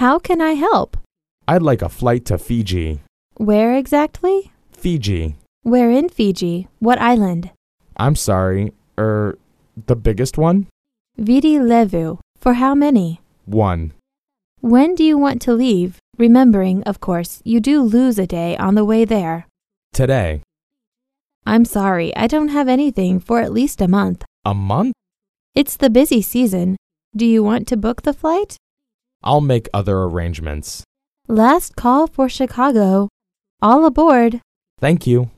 How can I help? I'd like a flight to Fiji. Where exactly? Fiji. Where in Fiji? What island? I'm sorry. Er, the biggest one? Vidi Levu. For how many? One. When do you want to leave? Remembering, of course, you do lose a day on the way there. Today. I'm sorry, I don't have anything for at least a month. A month? It's the busy season. Do you want to book the flight? I'll make other arrangements. Last call for Chicago. All aboard. Thank you.